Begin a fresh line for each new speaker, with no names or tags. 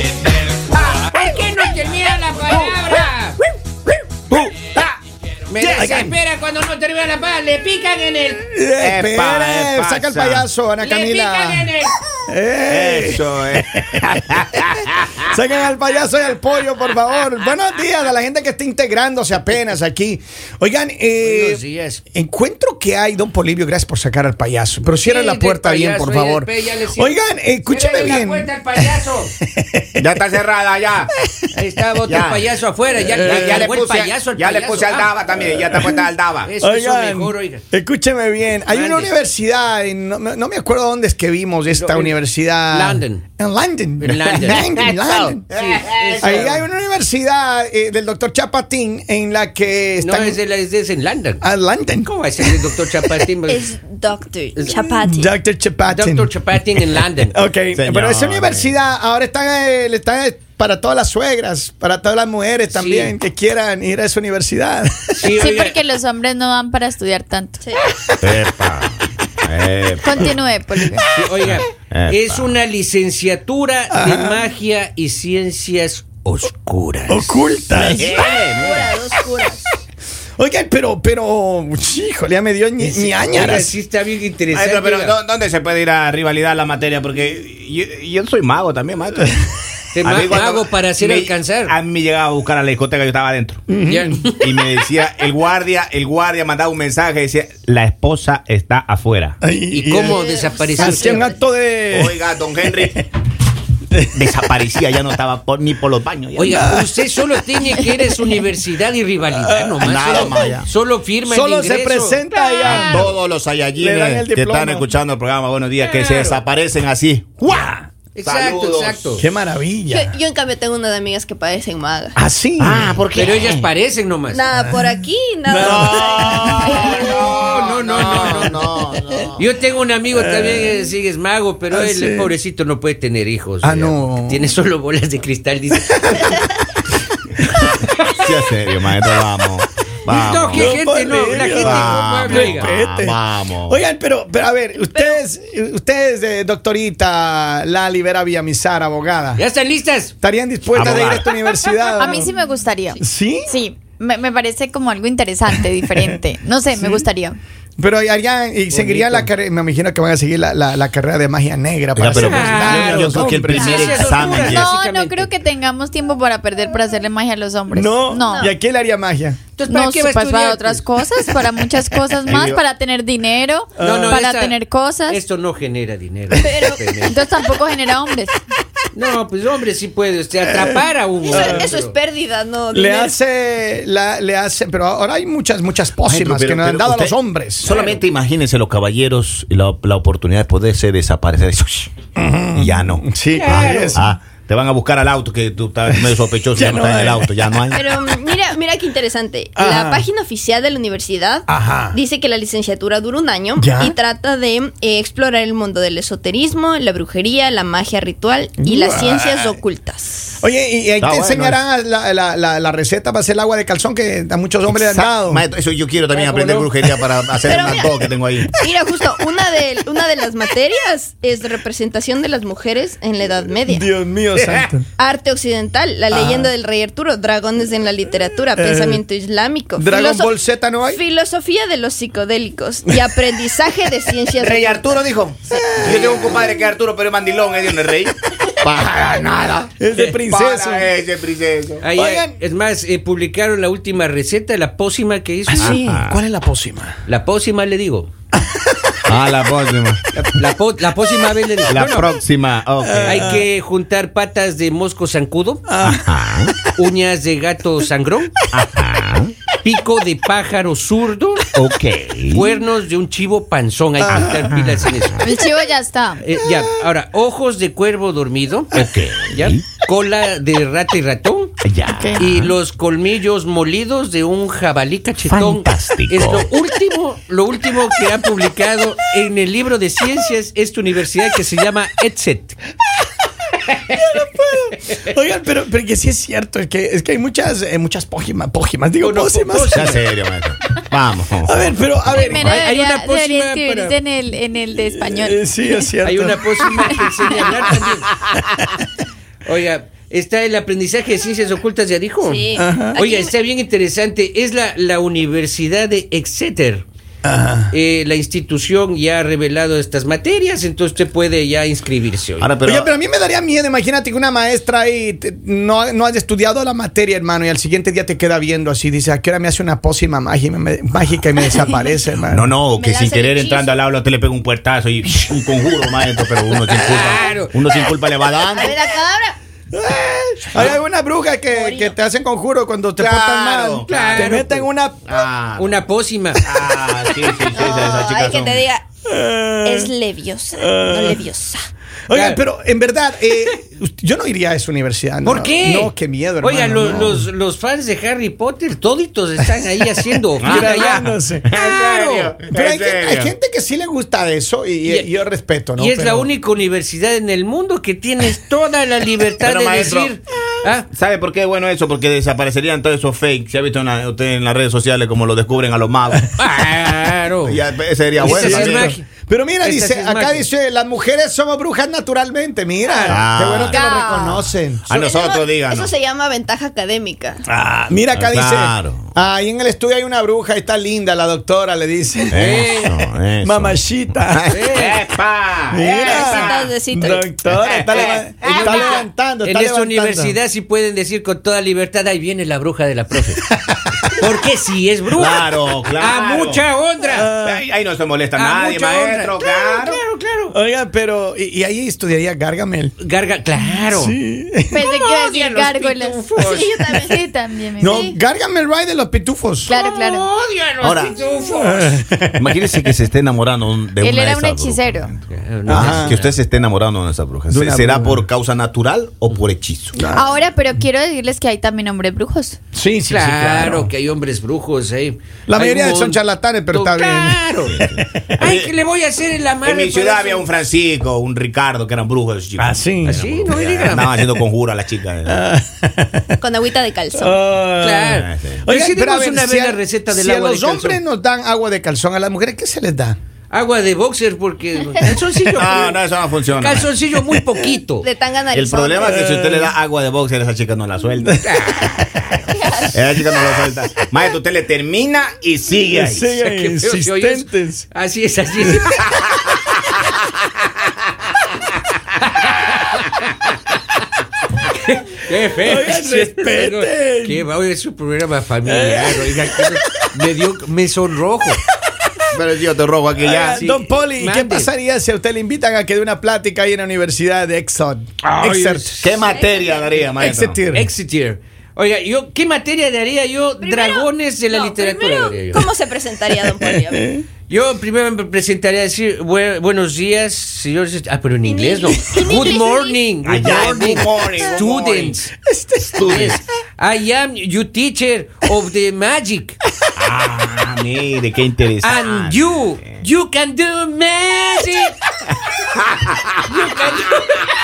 Ah, para, para, le pican en el.
Eh,
Epa,
espere,
eh,
saca el
pasa.
payaso, Ana
Le pican en
Camila.
el.
Ey,
Eso es.
saquen al payaso y al pollo, por favor. Buenos días a la gente que está integrándose apenas aquí. Oigan, eh,
Buenos días.
encuentro que hay, don Polivio, gracias por sacar al payaso. Pero cierra
Sí,
la
del
puerta bien,
payaso,
por
ahí
favor.
después ya le cierro.
Oigan, eh, escúcheme
Cierren la
bien.
puerta al payaso.
Ya está cerrada, ya.
Ahí está otro
Ya.
payaso afuera. Ya, ya
Ya,
Eh,
ya le
llegó el
puse,
payaso, el
ya le
payaso.
puse al
Ah,
Dava también. Ya está puesta al Dava. Eh,
Eso, eso
Oigan,
mejor, oiga.
escúcheme bien. Hay una
Mande.
universidad, en- no, no me acuerdo dónde es que vimos esta
No, en
universidad.
London.
En London.
En London.
London, London.
Ah, Sí, eso.
Ahí hay una universidad eh, del doctor Chapatín en la que
No,
están...
es, de la- es, de- es en London.
Ah, London.
¿Cómo va a ser el doctor Chapatín?
Es Doctor Chapati.
Doctor Chapatín.
doctor Chapatín en London.
Ok,
Señores.
pero esa universidad ahora están, eh, le están eh, para todas las suegras, para todas las mujeres también
Sí.
que quieran ir a esa universidad.
Sí,
Sí,
oiga.
porque los hombres no van para estudiar tanto.
Epa. Epa.
Continúe, Polivio.
Sí, oiga,
Epa.
es una licenciatura de magia y ciencias oscuras.
Ocultas.
eh,
Oscuras, oscuras.
Oigan, pero, pero, híjole, ya me dio ñi-
Oiga,
ñañaras.
sí está bien
Ay,
interesante.
pero, pero,
oiga.
¿dó- ¿dónde se puede ir a rivalidad la materia? Porque yo, yo soy mago también, maestro.
Te
A
ma-
mí cuando
mago para hacer
me-
alcanzar.
A mí me llegaba a buscar a la discoteca, yo estaba adentro.
Ya.
Y me decía, el guardia, el guardia mandaba un mensaje, decía, la esposa está afuera.
¿Y cómo
eh,
desapareció?
Hacía un acto de.
Oiga, don Henry. Desaparecía, ya no estaba por- ni por los baños. ya
Oiga, usted solo tiene que eres universidad y rivalidad nomás.
Nada
solo,
más, ya.
solo firma
Solo
el
se
ingreso.
presenta
A
allá.
todos los
Ah, Le dan
ayayines
el
que están
diploma.
escuchando el programa, buenos días, que se
Claro.
desaparecen así. ¡Guau!
Exacto,
Saludos.
exacto.
Qué
Yo,
maravilla.
yo, en cambio tengo una de amigas que padecen maga.
Así.
Pero ellas parecen
Ah,
nomás.
Nada por aquí, nada.
No,
No, no, no, no,
no, no.
Yo tengo un
Eh.
amigo también que sigue es mago, pero
ah,
él,
sí.
pobrecito, no puede tener hijos.
Ah,
oiga.
no.
Tiene solo bolas de cristal, dice.
Sí, en serio, maestro, vamos. Vamos.
No, que- gente, no, la gente no
Vamos,
puede, oiga.
Respete.
vamos.
Oh. Oigan, pero, pero a ver, ustedes, ustedes, eh, doctorita Lali Vera Villamizar, abogada,
¿Ya están listas?
¿estarían dispuestas de ir a
Abogada.
esta universidad?
A mí sí me gustaría.
¿Sí?
Sí, me, me parece como algo interesante, diferente. No sé, me gustaría.
Pero y harían, y seguirían la carrera, me imagino que van a seguir la, la- la carrera de magia negra para
Oiga, pero
ser
pues,
millonario,
yo- yo creo que el
hombre.
primer
Ah, Sí, sí,
examen
doctora.
que-
No, no
Básicamente.
creo que tengamos tiempo para perder para hacerle magia a los hombres.
No,
no.
¿Y a quién le haría magia?
Entonces,
No,
qué va a
pues, para
estudiar?
otras cosas, para muchas cosas más,
Digo-
para tener dinero,
Ah. No, no,
para
esta-
tener cosas.
Esto no genera dinero. Pepe.
Entonces tampoco genera hombres.
No, pues hombre, sí puede usted atrapar a un
Eso,
hombre.
eso es pérdida, no.
Le
dinero.
hace, la- le hace, pero ahora hay muchas, muchas pócimas
Pero-
que nos
pero
han dado a los
usted-
hombres.
Solamente imagínense los caballeros la, la oportunidad de poderse desaparecer. Y ya no.
Sí,
Ah,
claro.
ah, te van a buscar al auto que tú estás medio sospechoso,
Ya
ya no
no
está en el
hay.
auto, ya no hay.
Pero mm, mira, mira qué interesante.
Ajá.
La página oficial de la universidad
Ajá.
dice que la licenciatura dura un año
¿Ya?
y trata de eh, explorar el mundo del esoterismo, la brujería, la magia ritual y las
Guay.
ciencias ocultas.
Oye, y, y ahí
Está
te
bueno
enseñarán la, la- la- la receta para hacer el agua de calzón que a muchos hombres le han dado.
Maestro, eso yo quiero también
Ah, ¿cómo
aprender
no?
brujería para hacer
Pero
un
mira-
todo que tengo ahí.
Mira, justo una de, una de las materias es representación de las mujeres en la Edad Media.
Dios mío, santo.
Arte occidental, la leyenda del rey Arturo, dragones en la literatura,
Eh,
pensamiento islámico,
Dragon
filoso-
Ball Z no hay.
filosofía de los psicodélicos y aprendizaje de ciencias
Rey Arturo dijo. Yo tengo un compadre que es Arturo, pero es mandilón, ¿eh? No es rey. Para nada.
Es de princesa.
Para ese princeso.
Ahí,
Oigan.
eh, Es más, eh, publicaron la última receta, la pócima que hizo.
Ah, sí.
Ajá.
¿Cuál es la pócima?
La pócima le digo.
Ah, la próxima.
La, la po- la pócima vez le digo.
La
Bueno,
próxima. ok.
hay que juntar patas de mosco zancudo, uñas de gato sangrón, pico de pájaro zurdo,
Ok.
cuernos de un chivo panzón. Hay que juntar
Ah.
pilas en eso.
El chivo ya está.
Eh, ya, ahora, ojos de cuervo dormido.
Ok.
Ya, cola de rata y ratón.
Ya.
Este,
Y los colmillos molidos de un jabalí cachetón.
Fantástico.
Es lo último, lo último que ha publicado en el libro de ciencias esta universidad que se llama EDSET.
Oigan, pero, pero que sí es cierto, es que, es que hay muchas, eh, muchas pócimas, pócimas, digo
Bueno,
pócimas.
Sea serio, maestro. Vamos.
A ver, pero, a ver.
Primero
hay- hay
debería,
una pócima
debería escribirse
para-
en, el, en el de español.
eh, sí, es cierto.
Hay una pócima que enseña a hablar también. Oiga, está el aprendizaje de ciencias ocultas, ya dijo.
Sí. Ajá.
Oiga,
Aquí-
está bien interesante. Es la, la Universidad de Exeter. Eh, la institución ya ha revelado estas materias, entonces usted puede ya inscribirse hoy.
Ahora, pero,
Oye, pero a mí me daría miedo, imagínate que una maestra ahí te- no, no has estudiado la materia, hermano, y al siguiente día te queda viendo así, dice, ¿a qué hora me hace una pócima mágica, mágica y me desaparece, hermano?
No, no,
Me
que
das
sin
el
querer
hechizo.
entrando al aula te le pega un puertazo y un conjuro, maestro, pero uno sin culpa.
Claro.
Uno sin culpa le va dando.
A ver, acabra.
Hay algunas brujas que, que te hacen conjuro cuando te
Claro,
portan mal.
claro.
Te meten una...
Ah,
Una pócima.
ah, sí, sí, sí, esas- esas
No,
chicas
hay que
son- Eh.
te diga. Es leviosa, no leviosa.
Oigan,
Claro.
pero en verdad, eh, yo no iría a esa universidad. ¿no?
¿Por qué?
No, qué miedo, hermano.
Oigan, lo-
no.
los, los fans de Harry Potter, toditos están ahí haciendo fila ya.
Gradándose.
Claro.
Pero hay
¿En
gente, hay
serio?
gente que sí le gusta eso y, y-
Y-
yo respeto, ¿no?
Y es la
Pero-
única universidad en el mundo que tienes toda la libertad
Pero,
de
maestro,
decir. Ah,
¿Sabe por qué es bueno eso? Porque desaparecerían todos esos fakes. ¿Se ha visto en la- usted en las redes sociales como lo descubren a los magos?
claro.
Ya, eh, sería
Esa
bueno.
sí es
también.
magia.
Pero mira,
Esta
dice,
sí es
acá
magia.
dice, las mujeres somos brujas naturalmente, mira.
Ah.
Qué bueno que lo
Ah.
reconocen.
A nosotros,
eso,
díganos.
Eso se llama ventaja académica.
Ah, mira, acá
Claro.
dice, ahí en el estudio hay una bruja, está linda, la doctora le dice.
Eso, eso.
Mamachita.
Eh,
¡Epa!
Mira,
Besitos, besitos.
doctora, está, leva- está levantando,
en
está
esta
levantando.
universidad sí pueden decir con toda libertad, ahí viene la bruja de la profe. Porque si es bruja.
Claro, claro.
A mucha
Ah.
honra.
Ahí ahí no se molesta
a
nadie,
mucha honra.
maestro,
claro.
claro.
Claro, claro.
Oiga, pero, y, y ahí estudiaría Gargamel.
Garga, claro.
Pensé que iba a
odian
decir
los
gárgolas.
pitufos?
Sí, yo también. Sí, también. me-
No,
Sí.
Gargamel Ride de los pitufos.
Claro, claro.
No odio a los
Ahora.
Ah.
pitufos.
Imagínese que se esté enamorando un- de
Él
una de
era
esas
un hechicero.
brujas. Ah,
No,
Ajá.
Que usted se esté enamorando de una de esas brujas.
De una
¿Será
bruja.
por causa natural o por hechizo?
Ahora, pero quiero decirles que hay también hombres brujos.
Sí, sí, sí,
claro, que hay hombres brujos ahí.
La
Hay
mayoría
un
son charlatanes, pero está bien.
Claro. Ay, ¿qué le voy a hacer en la madre?
En mi
por
ciudad
eso?
había un Francisco, un Ricardo, que eran brujos. esos chicos.
Ah, sí.
Ah, sí, no me diga.
Andaban haciendo conjuro a las chicas. Ah.
Con agüita de calzón.
Claro.
sí.
Oye,
Oigan, pero a ver,
una vez
Ah. si a-
la receta del
si
agua
a
de
los
calzón.
hombres nos dan agua de calzón, a las mujeres, ¿qué se les da?
Agua de boxer porque calzoncillo.
No,
pero-
no, eso no funciona.
Calzoncillo muy poquito.
De
Oh.
tanga
El
narizón.
problema
Eh.
es que si usted le da agua de boxer, esa chica no la suelta. esa chica no la suelta. Maestro, usted le termina y sigue ahí.
Sí.
sea, qué feo se oye eso.
Insistentes.
Así es, así es. Qué- Qué feo.
Oigan,
Sí, es,
respeten. Eh.
pero- Qué va, oye, es un programa familiar. oiga, que me dio, me sonrojo.
Pero yo te robo aquí ya.
Ah, Don Poli, ¿y
Mande.
qué pasaría si a usted le invitan a que dé una plática ahí en la Universidad de Exxon? Exeter.
¿Qué materia daría, maestro?
Exeter.
Exeter. Oiga, yo, ¿qué materia daría yo?
Primero-
Dragones de la
no,
literatura.
primero,
daría yo.
¿Cómo se presentaría Don Poli? A ver.
Yo primero me presentaría a decir "Bue- buenos días, señores. Ah, pero en inglés no. Good morning. Good
Allá,
morning,
good morning, good morning. Este
students. Yes. I am you teacher of the magic.
Ah, mire, qué interesante.
And you, you can do magic. You can do-